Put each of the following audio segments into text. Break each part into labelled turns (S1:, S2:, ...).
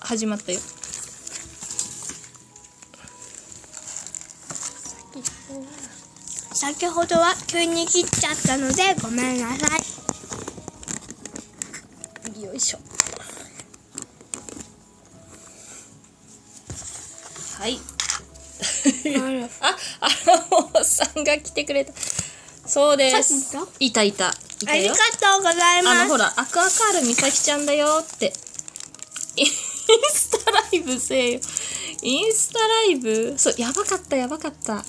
S1: 始まったよ
S2: 先ほどは急に切っちゃったのでごめんなさいよいしょ
S1: はい ああらおさんが来てくれたそうです
S2: さっ
S1: いたいたい
S2: あ
S1: た
S2: り
S1: よ
S2: がとうござい
S1: あ
S2: ま
S1: の
S2: す
S1: ほらアクアカール美咲ちゃんだよってインスタライブせえよインスタライブそうやばかったやばかった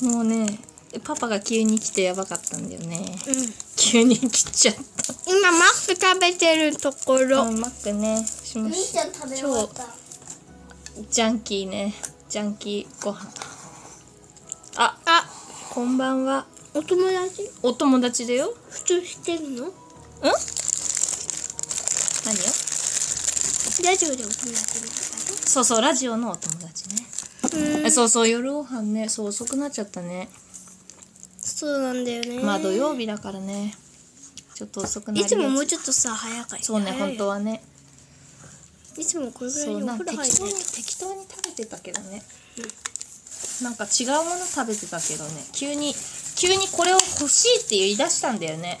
S1: もうねパパが急に来てやばかったんだよね
S2: うん
S1: 急に来ちゃった
S2: 今マック食べてるところ、
S1: うんマックねしもし
S2: ゃん食べ
S1: 終わったジャンキーねジャンキーご飯あ
S2: あ
S1: こんばんは
S2: お友達
S1: お友達だよん
S2: 普通してるの
S1: 何よ
S2: ラジオでお友達みた
S1: そうそうラジオのお友達ね
S2: いな
S1: えそうそう夜ご飯ねそう遅くなっちゃったね
S2: そうなんだよね
S1: まあ土曜日だからねちょっと遅くなり
S2: い
S1: がち
S2: つももうちょっとさ早かい
S1: そうね本当
S2: は
S1: はね
S2: いつもこれぐら
S1: そ
S2: いうにお
S1: なん
S2: 風
S1: か適当
S2: 呂入るね
S1: に適当に食べてたけどね、なんか違うもの食べてたけどね急に急にこれを欲しいって言い出したんだよね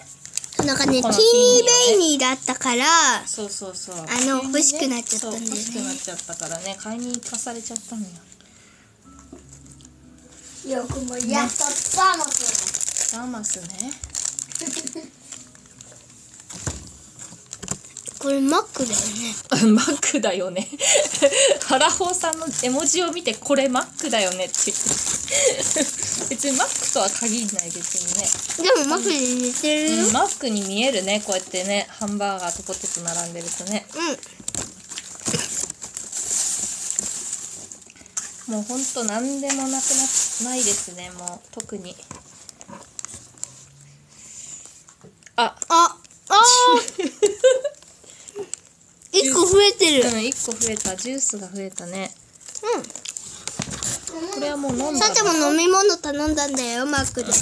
S2: なんかねティ
S1: こ
S2: ー
S1: の
S2: ベイニーだったから
S1: そうそうそうあ
S2: の欲しくなっちゃったんだよね
S1: 欲しくなっちゃったからね買いに行かされちゃったのよ
S3: よくもやっとったのそ
S1: ラマスね
S2: これマックだよね
S1: マックだよね原穂さんの絵文字を見てこれマックだよねって言って別にマックとは限らない別にね
S2: でもマックで似てるよ
S1: うん、マックに見えるねこうやってねハンバーガーとポテト並んでるとね
S2: う
S1: もうほんと何でもなくなないですねもう特にあ
S2: んああ ー一個増えて
S1: う
S2: る
S1: ん1個増えたジュースが増えたね
S2: うん
S1: これはもう飲んだ
S2: さ
S1: の
S2: ても飲み物頼んだんだよマックで
S1: ハ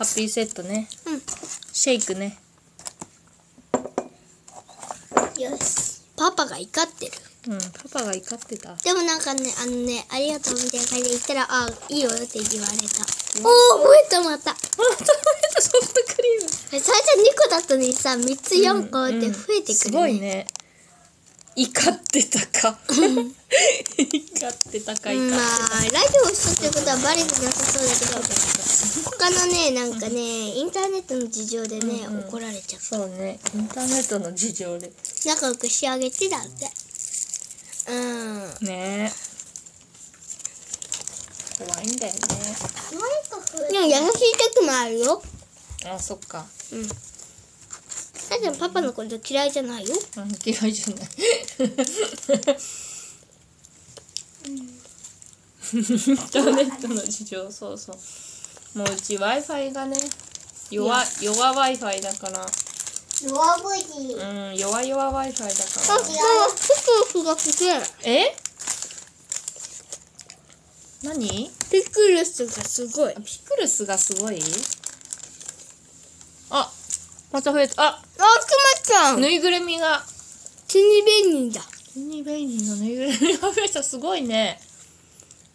S1: ッピーセットね
S2: うん
S1: シェイクね
S2: よしパパが怒ってる
S1: うんパパが怒って た
S2: でもなんかねあのねありがとうみたいな感じで言ったらあいいよって言われたおお増えたまた
S1: また増えたソフトクリーム
S2: 最初2個だったのにさ3つ4個って増えてく
S1: す
S2: る、
S1: ごいね怒ってたか 怒ってたか怒ってたか、
S2: まあラジオをしたってことはバレてなさそうだけど他のねなんかねインターネットの事情でね、怒られちゃう
S1: そうねインターネットの事情で
S2: 仲良く仕上げてだってうん
S1: ね怖いんだよね
S2: でも優しい時もあるよ
S1: あそっか、
S2: うんさっきのパパのこと嫌いじゃないよ
S1: うん、嫌いじゃない インターネットの事情そうそうもううち w i f i がね弱弱 w i f i だから
S3: う弱ボイ
S1: うん弱弱 w i f i だ
S2: あ、
S1: か
S2: でも、ピクルスが来て、
S1: らえ何
S2: ピクルスがすごい。あ、
S1: ピクルスがすごいあまた増えたあ
S2: くまちゃん
S1: ぬいぐるみが
S2: チニベニーだ。
S1: ティニーベイニーのぬいぐるみが増えたすごいね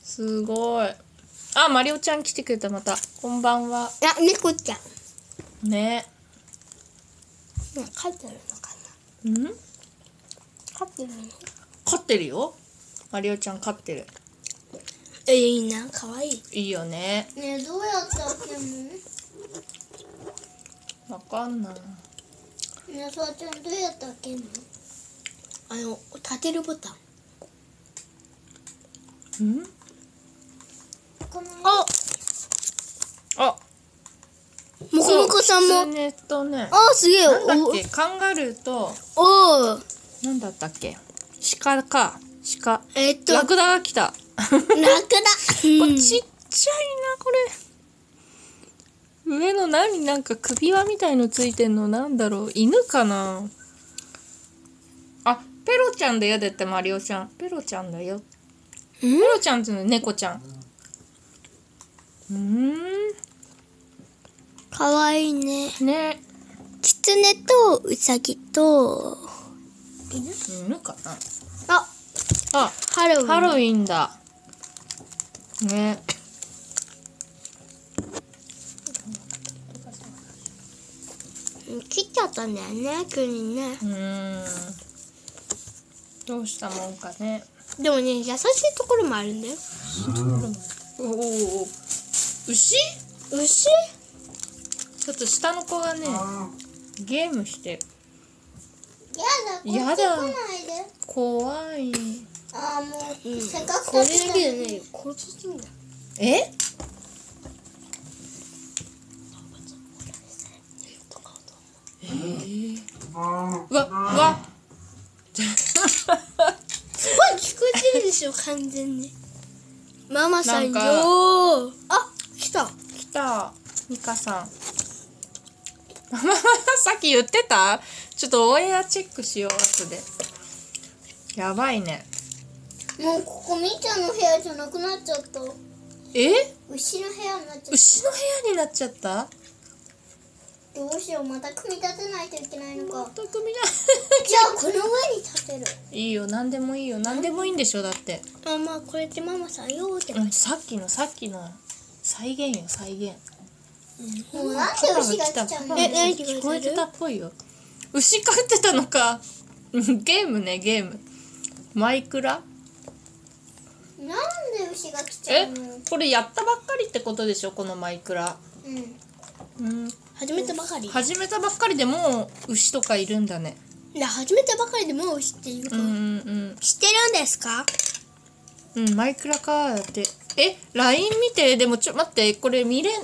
S1: すごいあマリオちゃん来てくれたまたこんばんは
S2: あ、猫ちゃん。
S1: ね
S2: ね、飼ってるのか
S1: うん
S2: な飼ってるの
S1: 飼ってるよマリオちゃん飼ってる
S2: え、いいな、かわいい。
S1: いいよね
S3: キねえどうやって開けんの
S1: わかんない
S3: ねえさあちゃんどうやって開けんの
S2: あの、立てるボタン。
S1: うん
S3: この
S2: あ、
S1: あ
S2: もこもこさん
S1: そう
S2: も。
S1: ネットね
S2: あ、すげえ。
S1: なんだっけカンガルーと
S2: お、おー
S1: なんだったっけ鹿か鹿
S2: えっと、
S1: ラ
S2: 楽
S1: クダが来た
S2: だ。
S1: こ
S2: う
S1: れ
S2: ん
S1: ちっちゃいなこれ上の何なんか首輪みたいのついてんのなんだろう犬かなあペロちゃんだよだってマリオちゃんペロちゃんだよペロちゃんっていうのは猫ちゃんうー
S2: かわいいね。
S1: んね
S2: キツネとウサギと、犬
S1: 犬かな
S2: あ
S1: あ
S2: ハロウィン
S1: ハロウィンだね
S2: うん切っちゃったんだよね急にね
S1: うーんどうしたもんかね
S2: でもね優しいところもあるんだよ
S1: おおおお牛
S2: 牛
S1: ちょっと下の子がねゲームして
S3: やだ、こっち
S1: やだ
S3: 来ないで。
S1: 怖い
S3: あーもう、せっかく
S2: これ
S3: 食
S2: だけ
S3: べたの
S2: じゃ
S3: に
S2: ないよこっちんだ
S1: ええー、うわうわ
S2: 声聞こえてるでしょ完全にママさんよー
S1: なん
S2: あ来た
S1: 来たミカさん さっき言ってたちょっとオンエアチェックしよう後でやばいね
S3: もうここみーちゃんの部屋じゃなくなっちゃった
S1: え
S3: 牛の部屋になっちゃっ
S1: 牛の部屋になっちゃった
S3: たどうしようまた組み立てないといけないのか
S1: 特に
S3: じゃあこの上に立て る
S1: ないいいよ何でもいいよ何でもいいんでしょだって、
S2: ママこれってママさんよーって
S1: うん、さっきのさっきの再現よ再現
S3: もうなんで牛が来ちゃうの
S2: え何
S1: 聞こえてたっぽいよ牛飼ってたのか うんゲームねゲームマイクラ
S3: なんで牛が来ちゃ
S1: え
S3: うの
S1: これやったばっかりってことでしょこのマイクラ
S3: うん
S1: うん
S2: 始めたばかり
S1: 始めたばっかりでもう牛とかいるんだね
S2: いや始めたばかりでもう知っている
S1: うんうん
S2: 知ってるんですか
S1: うんうんマイクラかーってえ LINE 見てでもちょ待ってこれ見れん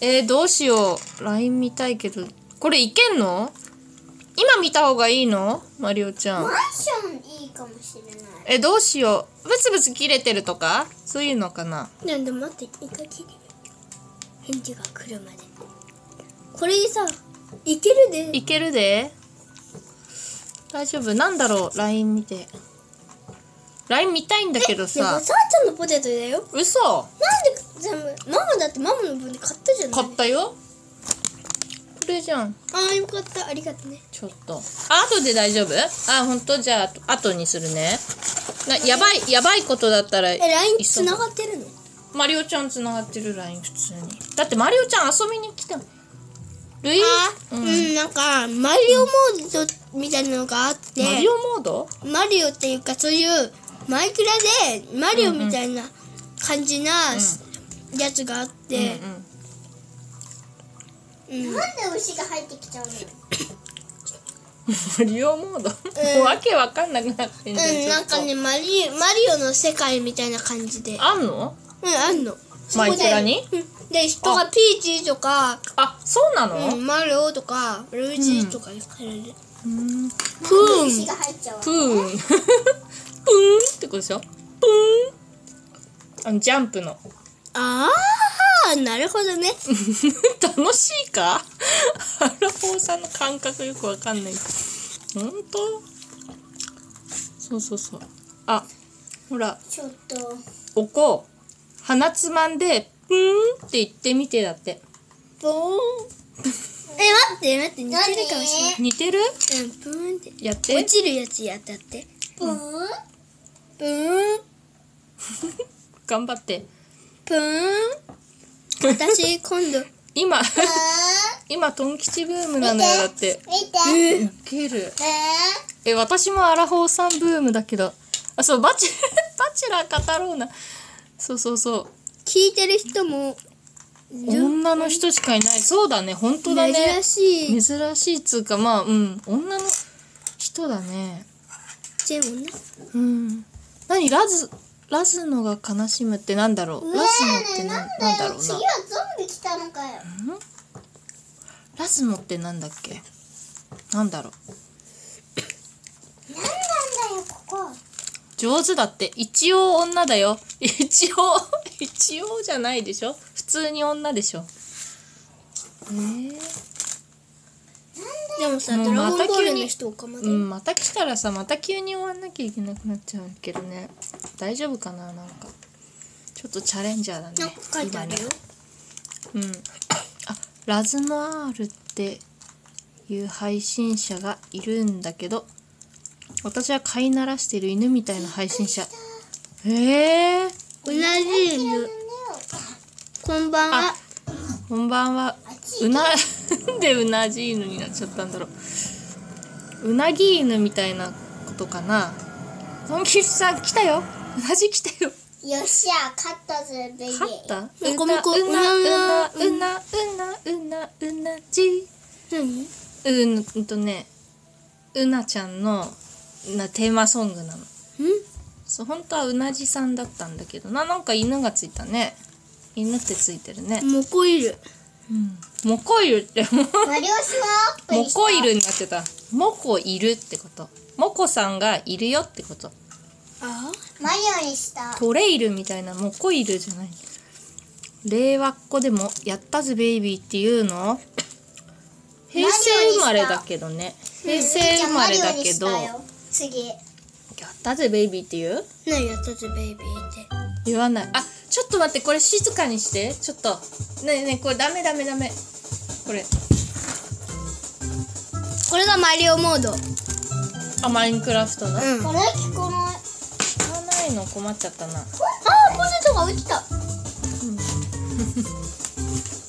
S1: えー、どうしよう LINE 見たいけどこれいけんの今見た方がいいのマリオちゃん
S3: マンションいいかもしれない
S1: えどうしようブツブツ切れてるとかそういうのかな
S2: なんでも待って一回聞いて返事が来るまでこれでさいけるで
S1: いけるで大丈夫なんだろう LINE 見て LINE 見たいんだけど
S2: でもさ
S1: さ
S2: あちゃんのポテトだよ
S1: 嘘
S2: なんで全部ママだってママの分で買ったじゃない
S1: 買ったよこれじゃん
S2: ああよかったありがとね
S1: ちょっとあ後で大丈夫あ本当じゃあ後にするねなやばいやばいことだったら
S2: え LINE
S1: 急
S2: つ
S1: ぐ
S2: ながってるの
S1: マリオちゃんつながってる LINE 普通にだってマリオちゃん遊びに来たルイ
S2: あ、うん、なんかマリオモードみたいなのがあって
S1: マリオモード
S2: マリオっていうかそういうマイクラでマリオみたいな感じなやつがあって、
S1: うん うん
S2: うん
S3: なんで牛が入ってきちゃうの
S1: マリオモード、
S2: うん
S1: わけわかんなくなってんじゃん
S2: うん、なんかねマリマリオの世界みたいな感じでうん
S1: あんの
S2: あんの
S1: マイクラに
S2: うんで人がピーチとか、
S1: あそうなの、
S2: うん、マリオとかルージーとか言ってる、
S1: うん
S2: プ
S3: 牛
S2: ーン
S3: が入っちゃう
S1: プーンプーンってことでしょプーンあのジャンプの
S2: ああなるほど ね
S1: 楽しいか アラフォーさんの感覚よくわかんないほんとそうそうそうあほら
S3: ちょっと
S1: おこ鼻つまんでプーンって言ってみてだって
S2: ボーンえ待って待って似てるかもし
S1: 似てる
S2: れないうんプーンって
S1: やって
S2: 落ちるやつやったって
S3: プーン
S2: プーン
S1: 頑張って
S2: プーン 私今度
S1: 今
S3: プー
S1: 今トン吉ブームなのよだって
S3: ン見て
S1: ウケる
S3: プー
S1: え私もアラフォーさんブームだけどあそうバチ バチェラー語ろうなそうそうそう
S2: 聞いてる人も
S1: 女の人しかいないそうだね本当だね
S2: 珍しい
S1: 珍しいっつうかまあうん女の人だね
S2: でもね
S1: うん何ラズラズノが悲しむってなんだろうラズノって
S3: ンねえ
S1: な
S3: なんん
S1: なんだ
S3: だ
S1: ろ
S3: よ
S1: う
S3: 次
S1: な
S3: はゾンビ来たのかよ
S1: ラズノってなんだっけなんだろう
S3: なんなんだよここ
S1: 上手だって一応女だよ 一応一応じゃないでしょ普通に女でしょえー
S2: でもさ、
S1: もう
S2: ドラゴンボ
S1: ま
S2: ール
S1: た急
S2: の
S1: に
S2: 人岡まで、
S1: うん、また来たらさまた急に終わんなきゃいけなくなっちゃうけどね大丈夫かななんかちょっとチャレンジャーだね
S2: なんか書いてあるよ。
S1: 今ねうんあラズノアールっていう配信者がいるんだけど私は飼い慣らしてる犬みたいな配信者へえ
S2: 同じ犬。こんばんは。
S1: こんばんはうななんでうなじ犬になっちゃったんだろううなぎ犬みたいなことかなのんきりさん来たようなじ来たよ
S3: よっしゃ、勝ったぜ、ベイビー。
S1: 勝った
S2: みこみこ
S1: うなうな
S2: う
S1: うなうなうなうなうなじ
S2: 何
S1: うんうんとねうなちゃんのなテーマソングなのそう本当はうなじさんだったんだけどななんか犬がついたね犬ってついてるね
S2: ん、モコイル。
S1: モコイルってもう
S3: マリオシもアップ
S1: モ
S3: にした。
S1: コイルになってたモコいるってことモコさんがいるよってこと
S2: あ
S3: マリオにした。
S1: トレイルみたいなモコイルじゃない令和っ子でも「やったぜベイビー」っていうの平成生まれだけどね平成生まれだけど「
S3: じゃあマ
S1: や
S3: リオにしたよ次。
S1: ったぜベイビー」って言う
S2: 何やったぜ、ベイビーって。
S1: 言わないあちょっと待ってこれ静かにしてちょっとねえねえこれダメダメダメこれ
S2: これがマリオモード。う
S1: あマインクラフトの、
S2: ん。
S3: これ聞こない。
S1: 聞かないの困っちゃったな
S3: あー、ポテトが落ちた。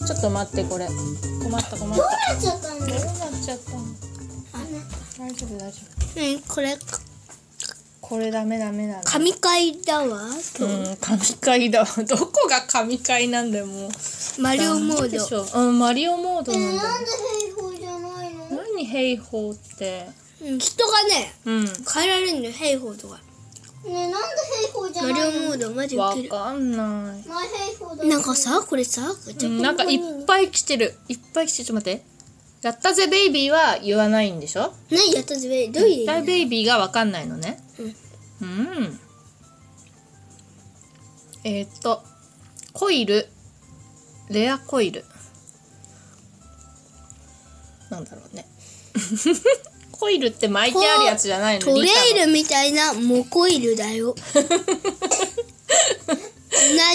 S1: ちょっと待ってこれ困った困っ
S3: どう
S1: た
S3: なっちゃったんだ
S1: どう
S3: よ。
S1: なっちゃったの
S3: あの
S1: 大丈夫大丈夫
S2: うん、これ、か
S1: これダメダメダメ
S2: 神回だわ。
S1: うん、神回だわ。 どこが神回なんだよ、もう。
S2: マリオモ
S1: でし
S2: ード。
S1: ょ。うん、マリオモード
S3: え、
S1: なんだ
S3: なん。で平方じゃないの
S1: 何、兵法って。
S2: うん、人がね、
S1: うん。
S2: 変えられるのよ、ヘイホーとか。
S3: ねえ、なんで平方じゃな
S2: マ
S3: い
S2: リ
S3: の
S2: オモード、マジウ
S1: わ
S2: ケる。
S1: かんない。
S3: 前平方だよ
S2: なんかさ、これさ、ガチ
S1: う
S2: ャ
S1: んなんかいっぱい来てる。いっぱい来てる。ちょっと待って。やったぜベイビーは言わないんでしょ
S2: 何やったぜ、ベイビー。どういう意
S1: 大
S2: 味
S1: ベイビーがわかんないのね。うん。えーっと、コイル。レアコイル。なんだろう ね。コイルって巻いてあるやつじゃないの
S2: トレ
S1: リタの
S2: イルみたいなモコイルだよ。同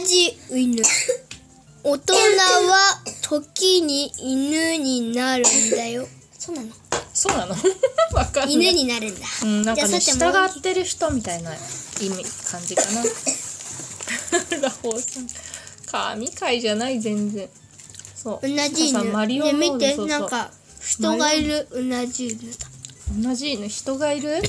S2: じ犬。大人は時に犬になるんだよ。そうなの
S1: そうなの わかんない。
S2: 犬になるんだ。
S1: うん、なんかね、
S2: じ
S1: 従
S2: ゃあさてもう
S1: ってる人みたいな意味、感じか な。ラホーさん。神回じゃない、全然。そう。
S2: 同じ
S1: さマリ
S2: 犬。
S1: オモ
S2: ね、
S1: ード
S2: 見て
S1: そう、そう
S2: なんか人がいる同じ犬だ。
S1: 同じの人がいる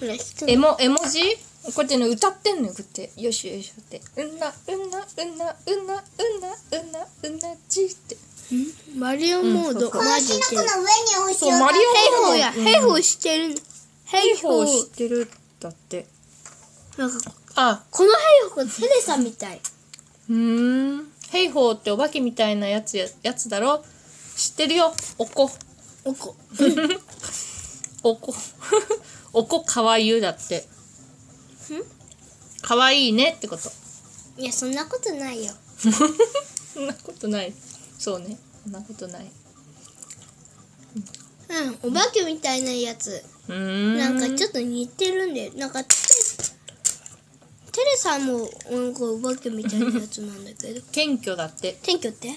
S2: ほら、人
S1: 絵も絵文字こうやってね歌ってんのよこうやってよしよしよしってうんなうんなうんなうんなうんなうんなうんなじって
S2: マリオモード、
S1: うんそうそう
S2: マ
S3: き
S2: ジ
S3: の
S2: で
S3: こ。の上にお
S1: そう
S3: 塩
S1: マリオ
S2: ヘイホーや、
S1: うん
S2: ヘイホーしてるの。ヘイホ
S1: を
S2: ー
S1: 知っ。てるだって
S2: なんか、
S1: あ
S2: このヘイホー、セレサみたい。
S1: うーんヘイホーってお化けみたいなやつややつだろ知ってるよおこ
S2: おこ。
S1: おこ おこかわゆだってかわいいねってこと
S2: いや、そんなことないよ。
S1: そんなことないそうねそんなことない
S2: うん、お化けみたいなやつ。
S1: うーん
S2: なんかちょっと似てるんだよ。なんかテ、テレサもなんかお化けみたいなやつなんだけど。
S1: 謙虚だって
S2: 謙虚って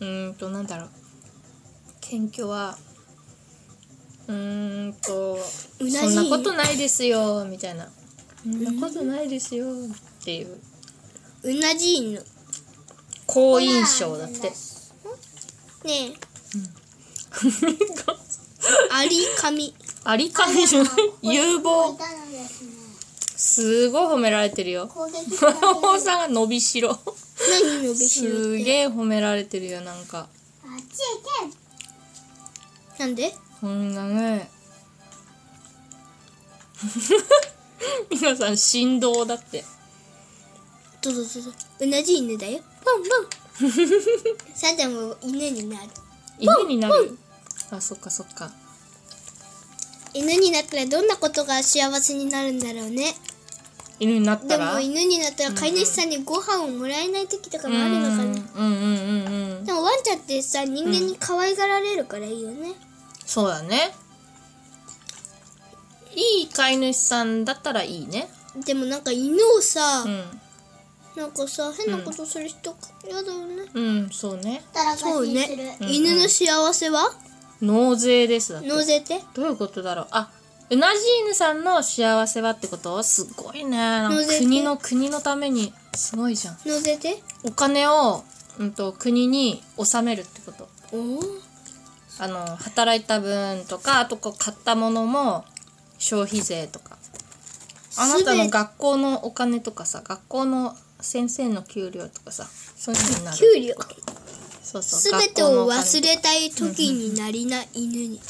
S1: うーんとなんだろう謙虚はうーんとそ
S2: うんなじ
S1: なことないですよみたいなそんなことないですよっていう
S2: うなじ犬。ね
S1: 好印象だって
S2: え。 アリカミ。
S1: ありかみの有
S3: こ
S1: 望
S3: いたのですね
S1: すごい褒められてるよ
S3: 攻 撃さ
S1: 魔
S3: れてる
S1: 法さんが伸びしろ
S2: 何のびしろ
S1: す
S2: って。
S1: げえ褒められてるよなんか
S3: あっち行け
S2: なんで
S1: そんなね 皆さん振動だって
S2: どうぞどうぞ。うなじ犬だよ。ポンポ ン。さてもう犬になる。
S1: 犬になるあそっかそっか
S2: 犬になったらどんなことが幸せになるんだろうね。
S1: 犬になった
S2: で
S1: ら
S2: も犬になったら飼い主さんにご飯をもらえない時とかもあるのかな。
S1: うんうんうんうんうん
S2: でもワンちゃんってさ人間に可愛がられるからいいよね。
S1: そうだねいい飼い主さんだったらいいね
S2: でもなんか犬をさ、
S1: うん
S2: なんかさ変なことする人嫌だよね。
S1: うんそうね
S3: たらかし
S2: そう
S3: にする。
S2: ね。犬の幸せは
S1: 納税ですだって
S2: 納税って
S1: どういうことだろうあうなじ犬さんの幸せはってことすごいねなん
S2: 乗せ
S1: か
S2: て
S1: 国の国のためにすごいじゃん
S2: 乗せて
S1: お金を、うん、と国に納めるってこと
S2: おお
S1: あの働いた分とかあとこう買ったものも消費税とかあなたの学校のお金とかさ学校の先生の給料とかさそういうふうになる
S2: 給料
S1: そうそう
S2: すべてを忘
S1: れ
S2: れたい時になりな犬に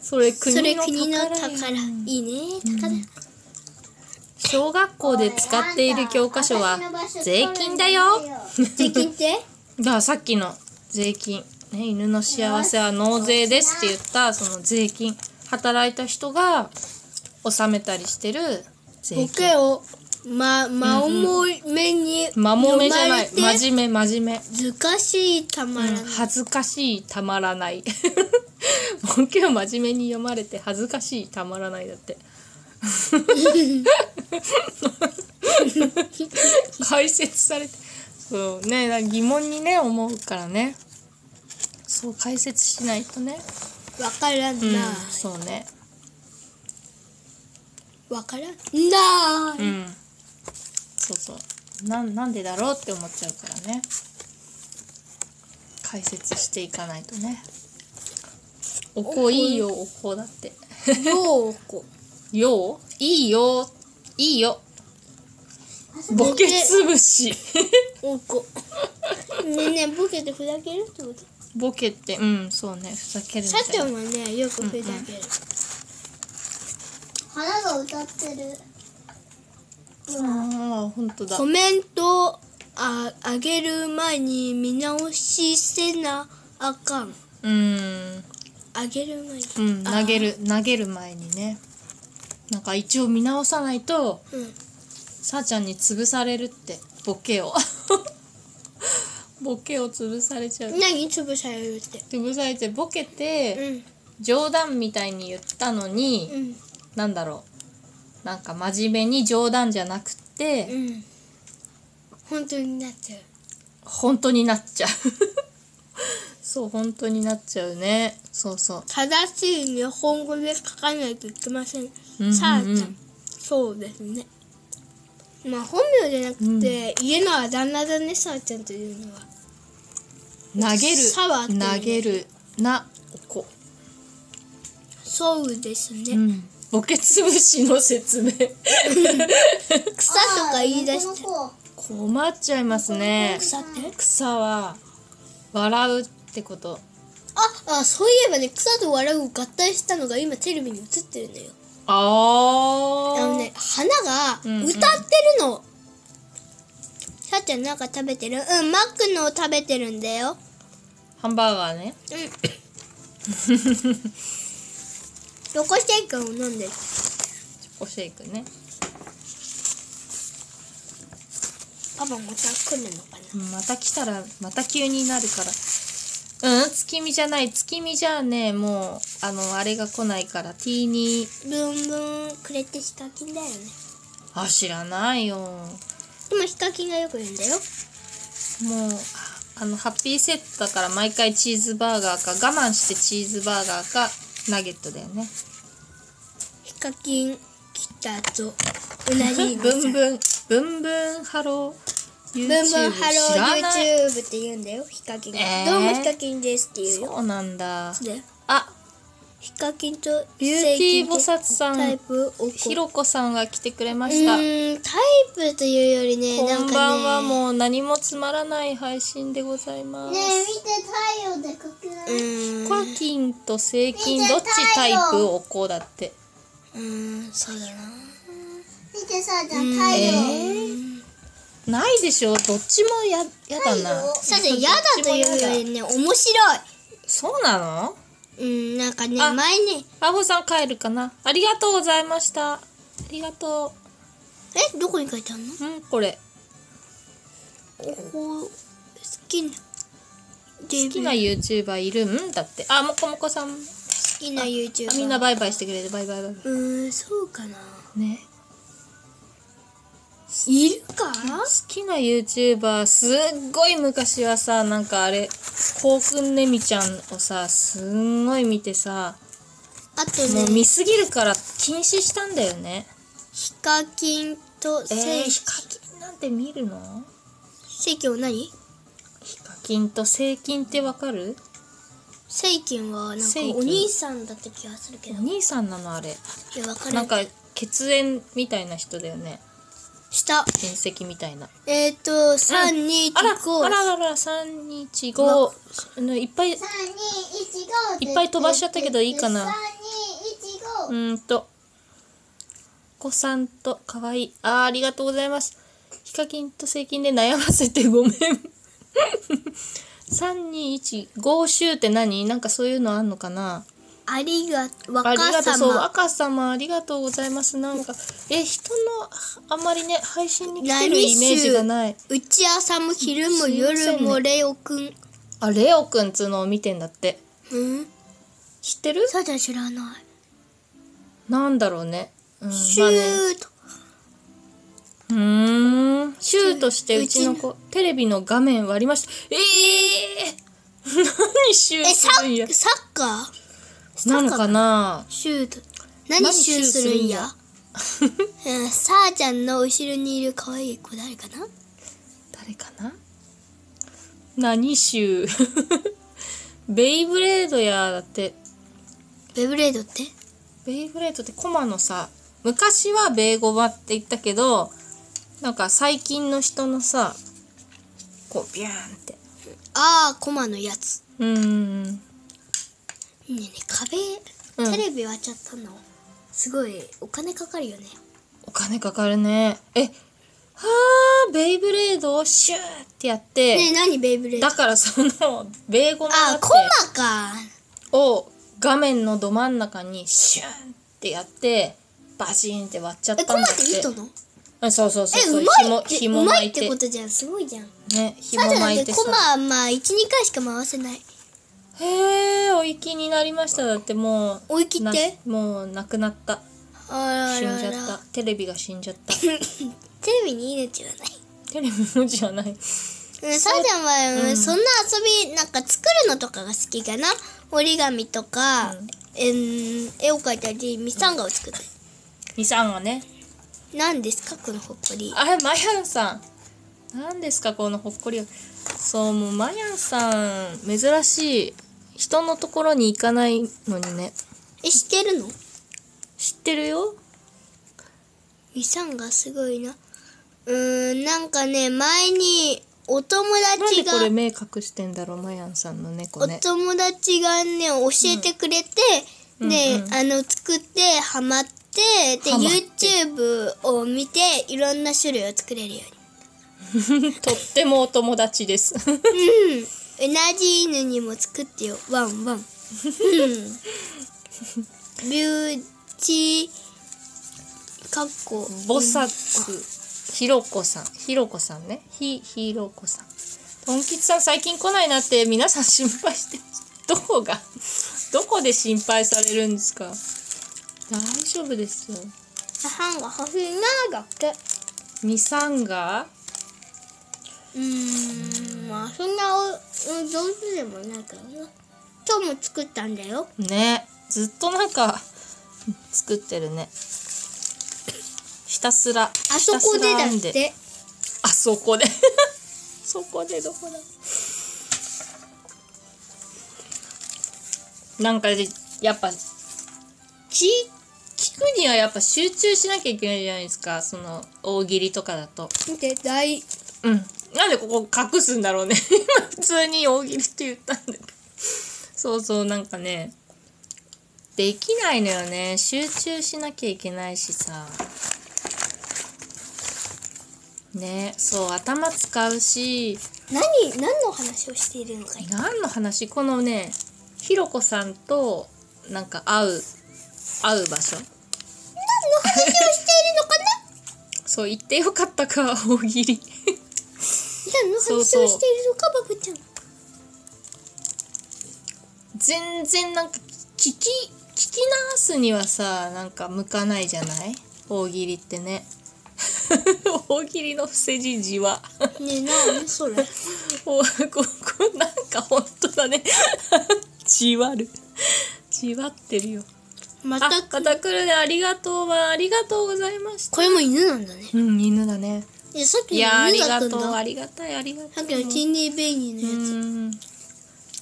S1: それ
S2: それ
S1: 国の
S2: 国の
S1: 宝
S2: 宝いいね宝
S1: 小学校で使っている教科書は税金だよ
S2: 税金って
S1: だからさっきの税金、ね、犬の幸せは納税ですって言ったその税金働いた人が納めたりしてる税
S2: ボ
S1: 金
S2: ケをままおもめに
S1: まもめじゃない
S2: 飲まれて
S1: 真面目真面目
S2: ずかしいたまらない
S1: 恥ずかしいたまらない ボケを真面目に読まれて恥ずかしいたまらないだって 解説されてそうねなんか疑問にね思うからねそう解説しないとね、
S2: わからんな
S1: うん、そうね
S2: わからん な
S1: うんそうそうなんなんでだろうって思っちゃうからね解説していかないとねおこいいよおこだって
S2: ようこ
S1: よういいよいいよボケつぶし
S2: おこねえねえボケてふざけるってこと
S1: ボケってうんそうねふざけるみ
S2: さ
S1: た
S2: て
S1: いな
S2: はねよくふざける
S3: 花が歌ってる
S1: ああほんとだ
S2: コメントああげる前に見直しせなあかん
S1: うん
S2: あげる前に
S1: うん投げる投げる前にねなんか一応見直さないと
S2: うん
S1: さあちゃんに潰されるってボケを ボケを潰されちゃう
S2: 何潰されるって
S1: 潰されてボケ
S2: う
S1: て
S2: ん
S1: 冗談みたいに言ったのに、
S2: うん
S1: なんだろうなんか真面目に冗談じゃなくって、
S2: うん本当になっちゃう
S1: 本当になっちゃう そう本当になっちゃうねそうそう
S2: 正しい日本語で書かないといけません。
S1: うんうん
S2: さあちゃん、そうですね。まあ本名じゃなくて、家のあだ名だね、さあちゃんというのは。
S1: 投げ
S2: さはってい
S1: る
S2: うね
S1: 投げるなおこ、
S2: そうですね。
S1: うん、ボケ潰しの説明
S2: 草とか言い出して、
S3: あ
S1: 困っちゃいますね
S2: 草って
S1: 草は笑うってこと
S2: あ、あ、そういえばね、草と笑うを合体したのが今テレビに映ってるんだよ。
S1: ああ
S2: あのね、花が歌
S1: うんうん
S2: ってるの。さあちゃんなんか食べてるうん、マックのを食べてるんだよ。
S1: ハンバーガーね
S2: うん。ロコシェイクを飲んで
S1: チ
S2: る。
S1: ョコシェイクね
S2: パパまた来るのかな。
S1: うんまた来たらまた急になるからうん月見じゃない月見じゃあねもうあのあれが来ないから T に
S2: ブンブンくれてヒカキンだよね。
S1: あ知らないよも
S2: でもヒカキンがよく言うんだ
S1: う
S2: よ。
S1: ああのハッピーセットだから毎回チーズバーガーか我慢してチーズバーガーかナゲットだよね
S2: ヒカキン来たぞ。うなじ
S1: ブン
S2: い
S1: ブ
S2: のさ
S1: ン
S2: ん。ブ
S1: ブン
S2: ンブン
S1: ブンハロー YouTube 知ら
S2: ハ
S1: ない
S2: ロー YouTube って言うんだよ。ヒカキンが。
S1: えー
S2: どうもヒカキンですって言うよ。
S1: そうなんだ
S2: そうだよ
S1: あ
S2: ヒカキンと
S1: ビューティー菩薩さ
S2: タイ
S1: ん
S2: プおこ
S1: ひろこさんが来てくれ
S2: う
S1: ました
S2: ーんタイプというよりね、な
S1: こ
S2: んかね。
S1: んばんはもう何もつまらない配信でございます。
S3: ーねえ見て太陽でかくな
S2: う
S3: い
S2: ーん。
S1: コラキンとセイキンどっちタイプおこうだって。
S2: うーん、そうだな。
S3: 見てさあちゃん太
S1: え
S3: 陽
S1: ーないでしょどっちもややだな。
S2: さて、やだというよりね、面白い。
S1: そうなの
S2: うん、なんかね、
S1: あ
S2: 前ね、
S1: アホさん帰るかなありがとうございました。ありがと
S2: え、どこに書いてあるの
S1: う。うん、これ。
S2: ここ、好きな、
S1: 好
S2: 好
S1: きな YouTuber いるんだって。あ、もこもこさん。あ
S2: 好きな YouTuber。
S1: みんなバイバイしてくれて、バイバイバイバ
S2: うーん、そうかな。
S1: イ。ね。
S2: いるか
S1: 好きな YouTuber すっごい昔はさなんかあれコウくんねみちゃんをさすんごい見てさ
S2: あと
S1: もう
S2: ね
S1: 見すぎるから禁止したんだよね
S2: ヒカキンと
S1: え
S2: セイ
S1: ー、ヒカキンなんて見るの
S2: セイキンは何
S1: ヒカキンとセイキンってわかる
S2: セイキンはなんか
S1: セイキン
S2: お兄さんだった気がするけ
S1: お
S2: ど
S1: 兄さんなのあれ
S2: いやわかん
S1: な
S2: な
S1: ん
S2: い
S1: か血縁みたいな人だよね
S2: 下
S1: 原石みたいな
S2: えっ、ー、と三二一
S1: あら
S2: 五
S1: あらあら3 2 5あのいっぱい
S3: 321
S1: いっぱい飛ばしちゃったけどいいかな
S3: 3215
S1: うーんと。お子さんと可愛い。あーありがとうございます。ヒカキンとセイキンで悩ませてごめん。321週って何なんかそういうのあんのかな
S2: ありが
S1: あり
S2: 若
S1: がとうそう
S2: 様
S1: 若様ありがとうございますなんかえ人のあんまりね配信に来てるイメージがないう
S2: ち朝も昼も
S1: すいま
S2: 夜
S1: せん
S2: も
S1: ね
S2: レオくん
S1: あレオくんっつうのを見てんだって
S2: うん
S1: 知ってる
S2: さだ知らない
S1: なんだろうねうん
S2: シ
S1: まあね
S2: ュート
S1: うーん。シュートしてうちの子、テレビの画面割りました。ええー、 何シュー
S2: えサ
S1: するんや
S2: ッ。サッカー
S1: なのかな
S2: シュート何
S1: 何
S2: シューするんやうんさあちゃんの後ろにいる可愛い子誰かな
S1: 誰かな何シュー ベイブレードや、だって、
S2: ベブレードって
S1: ベイブレードってコマのさ、昔はベーゴマって言ったけど、なんか最近の人のさ、こうビャーンって。
S2: ああコマのやつ
S1: うーん。
S2: ねえねえ
S1: う
S2: 壁
S1: ん
S2: テレビ割っちゃったの、すごいお金かかるよね
S1: お金かかるね。え、はあ、ベイブレードをシューってやって、
S2: ねえ何ベイブレード
S1: だからその、ベーゴマ
S2: ああコマか
S1: を画面のど真ん中にシューってやって、バチンって割っちゃっ
S2: え
S1: た
S2: コマ
S1: ん
S2: っ
S1: だって
S2: て糸の
S1: うんそうそうそう
S2: え
S1: そう
S2: うまい
S1: 紐
S2: って
S1: 紐
S2: うま
S1: 巻
S2: い
S1: い
S2: って
S1: て
S2: ことじゃんすごいじゃん
S1: ね紐
S2: さあちゃんだ
S1: 巻
S2: っ
S1: い
S2: て
S1: て
S2: コ
S1: さ
S2: マまあ12回しか回せない
S1: へえお行きになりましただってもう
S2: お行きって
S1: なもうなくなった
S2: あら
S1: 死んじゃ
S2: ら
S1: った
S2: ら
S1: テレビが死んじゃった
S2: テレビに命はない
S1: テレビのじゃない
S2: うん、さあちゃんは、うんそんな遊びなんか作るのとかが好きかな折り紙とか、えー絵を描いたりミサンガを作ったり、
S1: ミサンがね
S2: 何ですかこのほっこり
S1: あれマヤンさん何ですかこのほっこりはそうもうマヤンさん珍しい人のところに行かないのにね
S2: え知ってるの
S1: 知ってるよ
S2: ミサンガすごいなうーんなんかね前にお友
S1: なんで
S2: 達が
S1: これ目隠してんだろうマヤンさんの猫
S2: お
S1: ね
S2: 友達がね教えてくれて、
S1: うん
S2: で、
S1: うんうん
S2: あの作ってハマってで
S1: ハマって
S2: YouTube を見ていろんな種類を作れるように
S1: とってもお友達です
S2: うなじ犬にも作ってよワン ワンうんビューチかっこ
S1: 菩薩ひろこさんひろこさんねひひろこさんとんきつさん最近来ないなって皆さん心配してましたどこがどこで心配されるんですか大丈夫ですよ
S2: 母が欲しいなだって
S1: ミサンガ
S2: うーんまあそんなおうん上手でもないからな今日も作ったんだよ
S1: ねずっとなんか作ってるねひたすらあ
S2: あそこでだって
S1: あそこで そこでどこだなんかじやっぱき聞くにはやっぱ集中しなきゃいけないじゃないですかその大喜利とかだと
S2: 見て大
S1: うん。なんでここ隠すんだろうね。 今普通に大喜利って言ったんだけど。そうそう、なんかね、できないのよね。集中しなきゃいけないしさ。ね、そう、頭使うし、
S2: 何何の話をしているのかい
S1: 何の話このね、ひろこさんと、なんか会う、会う場所
S2: 何の話をしているのかな
S1: そう、言ってよかったか、大喜利。
S2: 何の話をしているのかバブちゃん
S1: 全然なんか聞き聞き直すにはさなんか向かないじゃない大喜利ってね 大喜利の伏せ字じわ
S2: ねえ何それ
S1: おここなんか本当だね じわるじわってるよ
S2: ま
S1: あ
S2: た、
S1: 片くるでありがとうはありがとうございました
S2: これも犬なんだね
S1: うん犬だね
S2: いやさっき
S1: い
S2: の
S1: やーあり
S2: 犬だ
S1: が
S2: ったん
S1: とうあ
S2: だ
S1: りがたいありがたい
S2: さっきのティンディベイニーのやつ、
S1: うん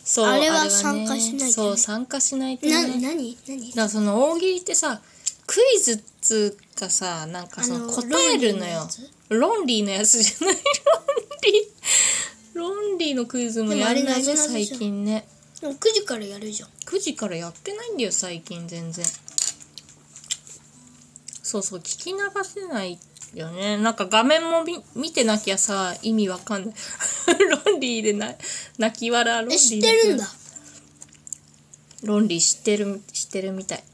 S1: そう
S2: あれは
S1: ね
S2: 参加しないとね
S1: そう参加しないとね
S2: な、なになに
S1: だからその大喜利ってさクイズっつうかさなんかそ
S2: あ
S1: の
S2: の
S1: 答えるのよロンリーのやつじゃない ロンリーロンリーのクイズもやらない
S2: でもあれ
S1: ね
S2: 謎々
S1: 最
S2: でしょ
S1: 近ね
S2: でも9時からやるじゃん。
S1: 9時からやってないんだよ最近全然そうそう聞き流せないよねなんか画面も見見てなきゃさ意味わかんない ロンリーでな泣き笑ロンリ
S2: え、
S1: ー
S2: 知ってるんだ。
S1: ロンリー知ってる知ってるみたい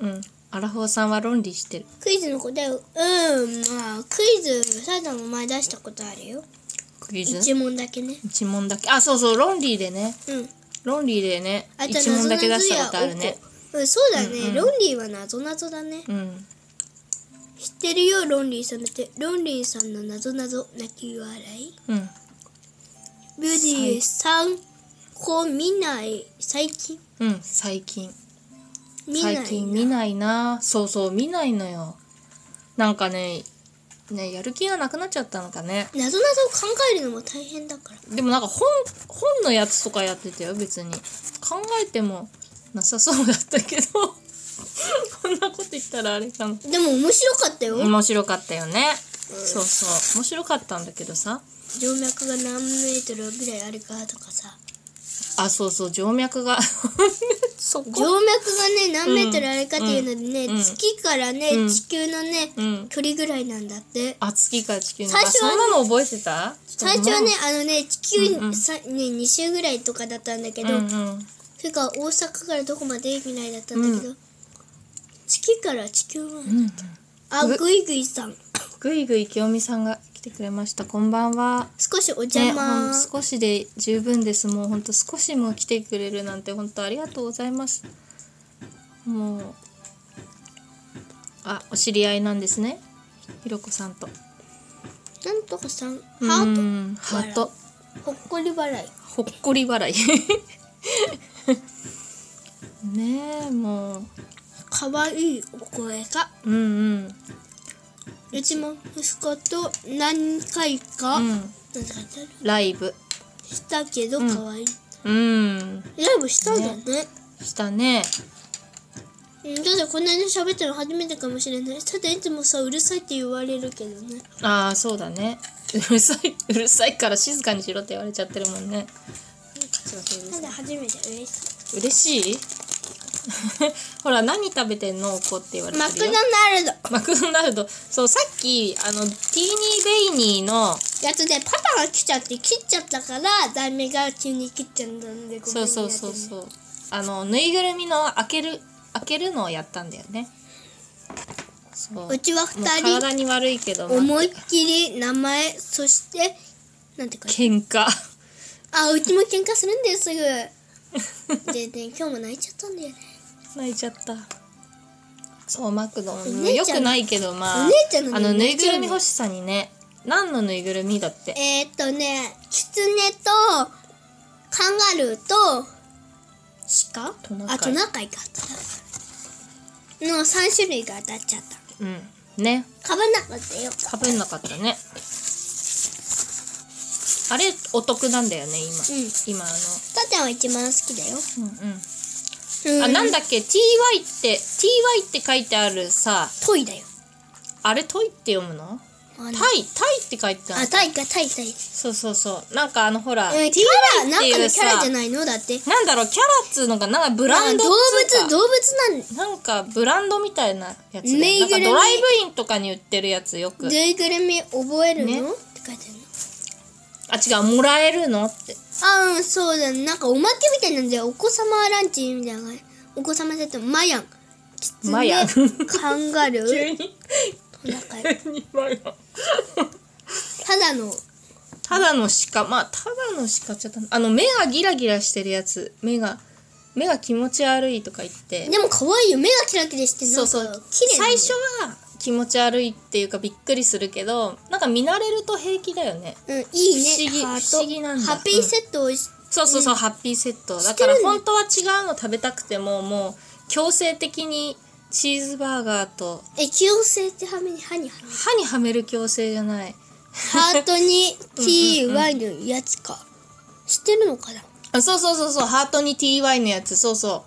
S1: うんアラフォーさんはロンリー知ってる
S2: クイズの答えを、うん、まあ、クイズ、サイダも前出したことあるよ。
S1: クイズ
S2: 一問だけね。
S1: 一問だけあそうそうロンリーでね
S2: うん。
S1: ロンリーでね
S2: あと、
S1: 一問だけ出したことあるね
S2: 謎々やおこ。うん、そうだね。ロンリーは謎謎だね。
S1: うん
S2: 知ってるよ、ロンリーさんだって。ロンリーさんの謎謎、泣き笑い。
S1: うん
S2: ビューディーさん、こう見ない、最近。
S1: うん最近
S2: 見ない。
S1: 最近見ないなそうそう見ないのよなんかねねやる気がなくなっちゃったのかね
S2: 謎謎を考えるのも大変だから。
S1: でもなんか本本のやつとかやってたよ別に考えてもなさそうだったけど こんなこと言ったらあれかな
S2: でも面白かったよ。
S1: 面白かったよね、そうそう面白かったんだけどさ
S2: 静脈が何メートルぐらいあるかとかさ
S1: あそうそう静脈 がそ
S2: 静脈
S1: こ
S2: がね何メートルあるかっていうのでね、
S1: うんうん
S2: 月からね、
S1: うん
S2: 地球のね、
S1: うん
S2: 距離ぐらいなんだって
S1: あ月から地球の
S2: 最
S1: あ
S2: 初は
S1: そんなの覚えてた
S2: 最初はねあのね地球
S1: うんうん
S2: さ、ね、2周ぐらいとかだったんだけ
S1: うん
S2: ど、
S1: うん
S2: それから大阪からどこまでぐらいだったんだけど、
S1: う
S2: 月から地球は、
S1: うん
S2: あ
S1: ぐ
S2: ぐいぐいさん
S1: ぐいぐい清美さんが来てくれましたこんばんは
S2: 少しお
S1: ね、
S2: 邪
S1: ほ
S2: 魔、
S1: ん少しで十分ですもうほんと少しも来てくれるなんてほんとありがとうございますもうあお知り合いなんですねひろこさんと
S2: なんとかさん
S1: う
S2: ハート、
S1: んハート
S2: ほっこり笑い
S1: ほっこり笑い ねえもう
S2: かわいいお声が
S1: うんうん
S2: うちも息子と何回か、
S1: う
S2: なん
S1: ん
S2: て書いてある
S1: ライブ
S2: したけど可愛い、
S1: うん
S2: ライブしたんだね
S1: したね
S2: うんだってこんなに喋ったの初めてかもしれないただいつもさうるさいって言われるけどね
S1: ああそうだねうるさいうるさいから静かにしろって言われちゃってるもんねちょっとうるさ
S2: た
S1: い
S2: だ初めて嬉し
S1: 嬉しい ほら何食べてんのお子って言わ
S2: い
S1: れて
S2: マク
S1: る
S2: ド
S1: よ
S2: ナルド
S1: マクドナルドそうさっきあのティーニー・ベイニーの
S2: やつでパパが来ちゃって切っちゃったから題名が急に切っちゃったんでごめん
S1: そうそうそうそうあのぬいぐるみの開ける開けるのをやったんだよねそう
S2: うちは
S1: もう
S2: 二人
S1: 体に悪いけど、まあ
S2: 思いっきり名前そしてなんて書いてある
S1: 喧嘩
S2: あうちも喧嘩するんだよす ぐでね今日も泣いちゃったんだよね
S1: 泣いちゃったそうマクドナルド
S2: 姉
S1: よ
S2: ちゃん
S1: くないけどまあ
S2: お姉ちゃんの
S1: あ
S2: ね
S1: のぬいぐるみ欲しさにね何のぬいぐるみだって
S2: えー、っとね、キツネと、カンガルーと、鹿
S1: トナカイ
S2: あ、トナカイか。トナカイの3種類が当たっちゃった。
S1: うんね
S2: かぶんなかったよ。
S1: かぶんなかったねあれお得なんだよね今、
S2: うん
S1: 今あ
S2: たちゃんは一番好きだよ。
S1: の、うん
S2: う
S1: あなん
S2: だ
S1: だっけ TY って TY って書いてあるさ
S2: トイだよ。
S1: あれトイって読むの
S2: あ
S1: タイ
S2: の
S1: タイって書いてあ
S2: あ、
S1: る
S2: タイか、タイ、タイ。
S1: そうそうそうなんかあのほら、
S2: え、キャラ、なんかのキャラじゃないのだって。
S1: なんだろうキャラっつうのがなんかブラ
S2: なん
S1: ン
S2: か
S1: ドっ
S2: 動
S1: つう
S2: 物、
S1: か
S2: 動物なん
S1: なんかブランドみたいなやつだよ
S2: ぬい
S1: な
S2: ぐ
S1: ん
S2: る
S1: か
S2: み
S1: ドライブインとかに売ってるやつよく
S2: ぬいぐるみ覚えるの、
S1: ね
S2: って書いてあ
S1: あ
S2: るの。
S1: 違うもらえるのって
S2: あ、うん、そうだね。なんかおまけみたいなんだよ。お子様ランチみたいな。お子様セット、マヤン。キツ
S1: マヤ
S2: ネ
S1: ン、
S2: カンガル ー、
S1: に
S2: トナカイ。
S1: マヤ
S2: ただの、
S1: ただの鹿まあただの鹿っちゃったあの目がギラギラしてるやつ目が目が気持ち悪いとか言って
S2: でも可愛いよ。目がキラキラしてる。
S1: そうそう
S2: 綺麗なの
S1: 最初は気持ち悪いっていうかびっくりするけどなんか見慣れると平気だよね
S2: うん、いいね。
S1: 不思議
S2: ハート
S1: 不思議なんだ
S2: ハッピーセットをし、
S1: そうそうそう、ハッピーセットだ
S2: て
S1: か
S2: る
S1: ら
S2: ね
S1: 本当は違うの食べたくてももう強制的にチーズバーガーと
S2: え、強制ってはめに歯にはめる。
S1: 歯にはめる強制じゃない
S2: ハートに TY のやつか。知ってるのかな
S1: あそうそうそうそうハートに TY のやつそうそ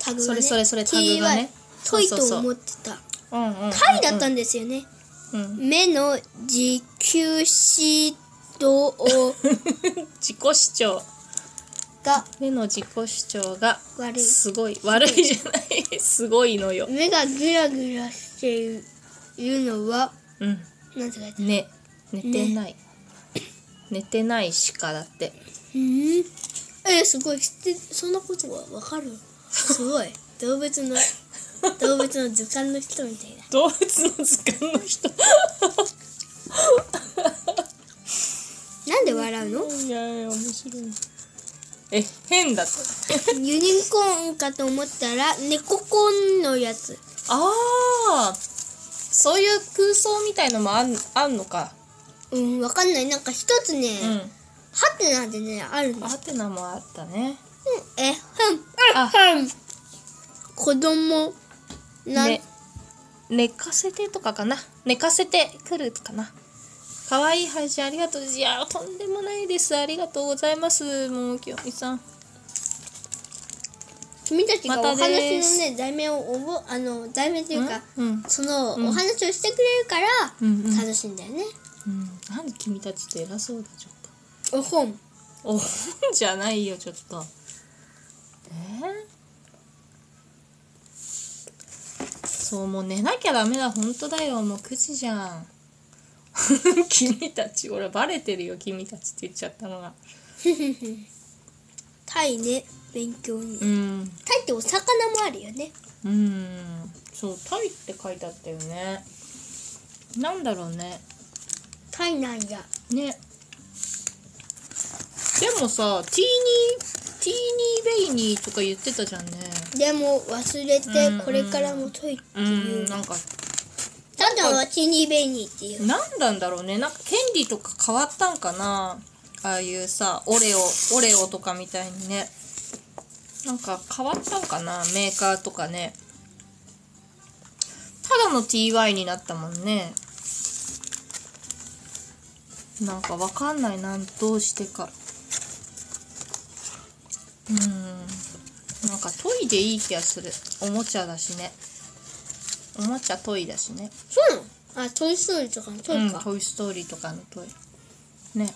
S2: タグ
S1: そ
S2: がね。
S1: れそれそれタグがね
S2: TY
S1: そう
S2: トイ
S1: そうそう
S2: と思ってた。
S1: ううんうんうん
S2: 貝だったんですよね。
S1: うん
S2: 目の自給指導を
S1: 自己主張
S2: が
S1: 目の自己主張が
S2: 悪い。
S1: すごい悪いじゃない すごいのよ
S2: 目がぐらぐらしているのは、
S1: うん
S2: なんて書いてある
S1: ね寝てない、寝てない鹿だって
S2: うん。え、すごい。知って、そんなことがわかるのすごい。動物の、動物の図鑑の人みたいな。
S1: 動物の図鑑の人
S2: なんで笑うの
S1: いやいや面白いえ変だって
S2: ユニコーンかと思ったら、猫コーンのやつ。
S1: ああそういう空想みたいのもあんあんのか
S2: うん、わかんない。なんか一つね、
S1: う
S2: はてなでね、あるんです。
S1: ハテナもあったね
S2: え、
S1: あ
S2: ふん。ふん。子供、なん、
S1: ね寝かせてとかかな寝かせてくるかな可愛い配信ありがとういやとんでもないですありがとうございますもうきよみさん
S2: 君たちがお
S1: ま
S2: 話
S1: た
S2: の
S1: でーす
S2: ね、題名を覚え、あの、題名というか、
S1: うん、うん
S2: その、
S1: ん
S2: お話をしてくれるから、
S1: うんうん
S2: 楽しいんだよね。
S1: なんで君たちって偉そうだちょっと
S2: お本。
S1: おじゃないよちょっとえーそうもう寝なきゃダメだ本当だよもう9時じゃん 君たち俺バレてるよ君たちって言っちゃったのが
S2: タイね、勉強に。
S1: うん
S2: タイってお魚もあるよね。
S1: うんそう「タイ」って書いてあったよねなんだろうね
S2: タイなんや。
S1: ねでもさ「ティーニー」「ティーニーベイニー」とか言ってたじゃんね
S2: でも忘れ
S1: うん
S2: て、これからもトイって
S1: う
S2: い
S1: ん
S2: う。
S1: なんか
S2: ただはチニーベイニーっていう。
S1: 何なんだろうねなんか権利とか変わったんかなああいうさオレオオレオとかみたいにねなんか変わったんかなメーカーとかねただの TY になったもんねなんかわかんないなんどうしてかうーんなんかトイでいい気がするおもちゃだしねおもちゃトイだしね
S2: そうなのあ、トイストーリーとかのトイ
S1: うん、
S2: か。
S1: トイ・ストーリーとかのトイね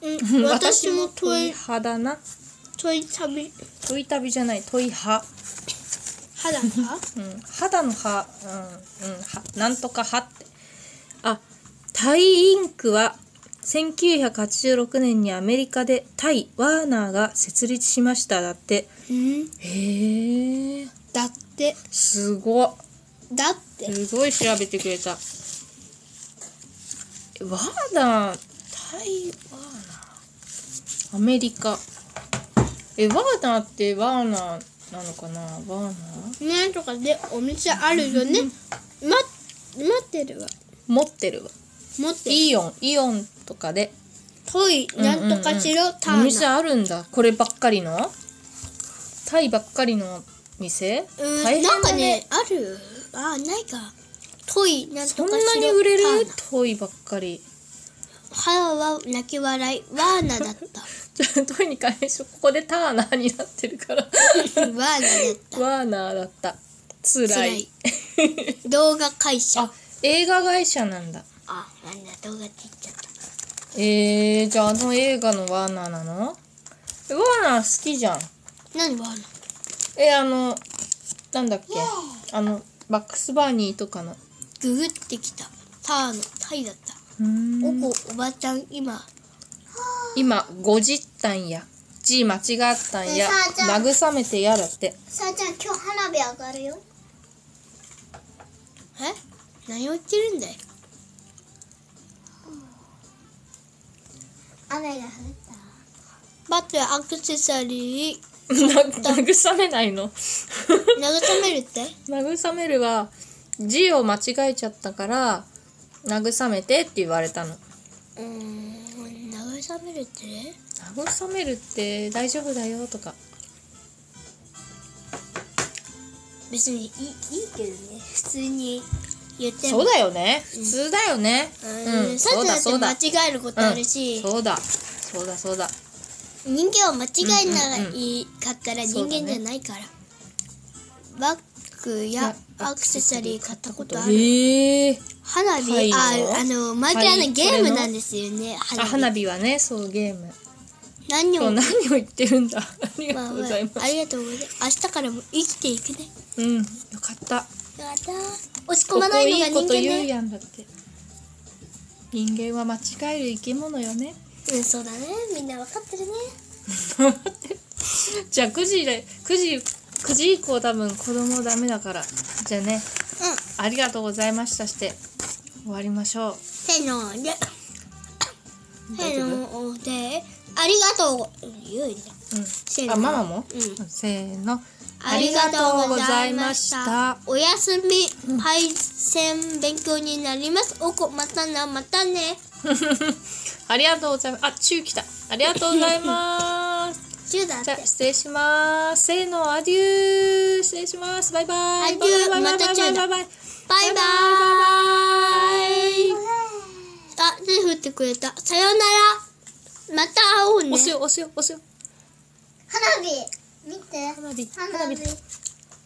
S2: うん、私もトイ、
S1: 派だな
S2: トイ旅、
S1: トイ旅じゃないトイ派
S2: 肌が
S1: うん肌の派うんうんはなんとか派ってあタイインクは1986年にアメリカでタイ・ワーナーが設立しましただって
S2: うん。
S1: へえ
S2: だって、
S1: すごっ
S2: だって。
S1: すごい調べてくれた。えワーナー、台湾アメリカ。え、ワーナーってワーナーなのかなワーナー
S2: なんとかでお店あるよね。ま、待ってるわ。
S1: 持ってるわ。
S2: 持ってる。
S1: イオン、イオンとかで。
S2: トイ、なんとかしろ、タ
S1: お
S2: ー
S1: 店
S2: ナ。
S1: あるんだ。こればっかりのタイばっかりの店
S2: うん、
S1: 大変
S2: なん
S1: だ
S2: か
S1: ね
S2: ね。、あるあ、ないか。トイ、なん
S1: そ
S2: と
S1: ん
S2: かし
S1: な
S2: ろ、
S1: に売れる
S2: ターナ
S1: トイばっかり。
S2: 母は泣き笑い、ワーナだ った。
S1: じゃあ、トイに関連しようここでターナーになってるから。
S2: ワーナだった。
S1: ワーナーだった。つらい。
S2: い。動画会社。
S1: あ、映画会社なんだ。
S2: あ、なんだ、動画って言っちゃった。
S1: えー、じゃああの映画のワーナーなのえワーナー好きじゃん。
S2: 何ワーナ
S1: え、あの、なんだっけあの、バックスバーニーとかの。
S2: ググってきた。ターのタイだった。おこ、おばちゃん、今。
S1: 今、ごじったんや。字間違ったんや
S3: お母ち。ゃん
S1: 慰めてやだって。
S3: さあちゃん今日花火上がるよ
S2: え何を言ってるんだい
S3: 雨が降っ
S2: バットやアクセサリー、
S1: な慰めないの
S2: 慰めるって
S1: 慰めるは、字を間違えちゃったから慰めてって言われたの
S2: うーん慰めるって
S1: 慰めるって大丈夫だよとか
S2: 別にいいいいけどね普通に言って
S1: そうだよね普通だよね
S2: う
S1: うんん
S2: さ
S1: そうだ
S2: っ
S1: そう
S2: だ
S1: だ
S2: って間違えることあるし、
S1: そうだそうだそうだ
S2: 人間は間違えな
S1: うんうんうん
S2: いかったら
S1: そ
S2: 人
S1: うだね
S2: 間じゃないから、バッグやアクセサリー買ったことある、
S1: へえ
S2: 花火、
S1: はいよ
S2: ああの毎回あの
S1: はい
S2: ゲームなんですよね花
S1: あ
S2: 火
S1: 花火はねそうゲーム
S2: 何に
S1: 今
S2: も
S1: 日
S2: ま
S1: 何を言ってるん だありが
S2: あ
S1: とう
S2: ま
S1: ご
S2: あ
S1: ざいます
S2: ありがとうございます明日からも生きていくね
S1: うんよかった
S2: やだ落ち込
S1: ここ
S2: まないの
S1: い
S2: が
S1: いこ
S2: 人
S1: と
S2: 間
S1: 言う
S2: ね
S1: やんだって人間は間違える生き物よね
S2: うんそうだねみんなわかってるね
S1: じゃあ9時で9時9時以降多分子供ダメだからじゃあね
S2: うん
S1: ありがとうございましたして終わりましょう
S2: せーので
S1: 大
S2: せ
S1: 丈
S2: ー
S1: 夫
S2: のでありがとう言うねせー
S1: うん
S2: の
S1: あママも、
S2: うん
S1: せーの
S2: ありがとうございまし
S1: あ
S2: た。おやすみ、配線勉強になります。おこ、またな、またね。
S1: りがとうございましたありがとうございますあチュー来たありがとうございます
S2: シューだっ
S1: じ
S2: て
S1: ゃあ。失礼しますせーのアデュー失礼しますバイバイ
S2: アデュー
S1: バイバイ
S2: また
S1: バイ
S2: チューだ
S1: バイバイバイ
S2: バイバーイ。あ、手振ってくれた。さよなら。また会おうね。
S1: 押すよ押すよ押すよ
S3: 花火見て
S1: 花火
S3: 花火